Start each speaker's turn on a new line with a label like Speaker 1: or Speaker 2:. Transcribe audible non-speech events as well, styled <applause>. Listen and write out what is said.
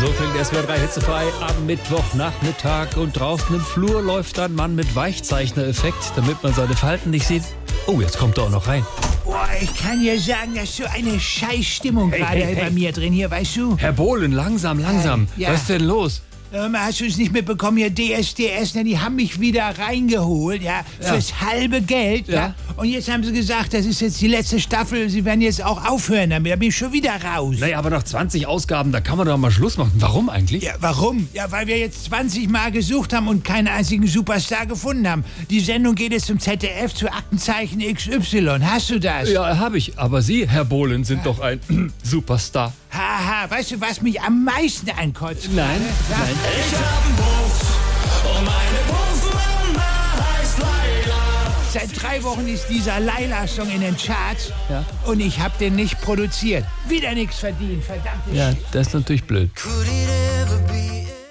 Speaker 1: So klingt erstmal drei hitzefrei am Mittwochnachmittag und draußen im Flur läuft ein Mann mit Weichzeichner-Effekt, damit man seine Falten nicht sieht. Oh, jetzt kommt er auch noch rein.
Speaker 2: Boah, ich kann ja sagen, dass so eine Scheißstimmung
Speaker 1: Hey,
Speaker 2: gerade
Speaker 1: hey,
Speaker 2: bei
Speaker 1: hey.
Speaker 2: mir drin hier, weißt du?
Speaker 1: Herr Bohlen, langsam, langsam.
Speaker 2: Ja.
Speaker 1: Was ist denn los?
Speaker 2: Ähm, hast du es nicht mitbekommen, hier DSDS, ne, die haben mich wieder reingeholt, ja, fürs halbe Geld, ja.
Speaker 1: Ja.
Speaker 2: Und jetzt haben sie gesagt, das ist jetzt die letzte Staffel, sie werden jetzt auch aufhören damit, da bin ich schon wieder raus.
Speaker 1: Naja, aber noch 20 Ausgaben, da kann man doch mal Schluss machen. Warum eigentlich?
Speaker 2: Ja, warum? Ja, weil wir jetzt 20 Mal gesucht haben und keinen einzigen Superstar gefunden haben. Die Sendung geht jetzt zum ZDF zu Aktenzeichen XY. Hast du das?
Speaker 1: Ja, habe ich. Aber Sie, Herr Bohlen, sind doch ein <clears throat> Superstar.
Speaker 2: Haha, weißt du, was mich am meisten ankotzt?
Speaker 1: Nein, nein.
Speaker 3: Ich hab einen Beruf und meine Berufsmama heißt Laila.
Speaker 2: Seit drei Wochen ist dieser Laila-Song in den Charts
Speaker 1: Ja.
Speaker 2: und ich hab den nicht produziert. Wieder nichts verdient, verdammte
Speaker 1: Ja,
Speaker 2: Sch
Speaker 1: das ist natürlich blöd.
Speaker 3: Could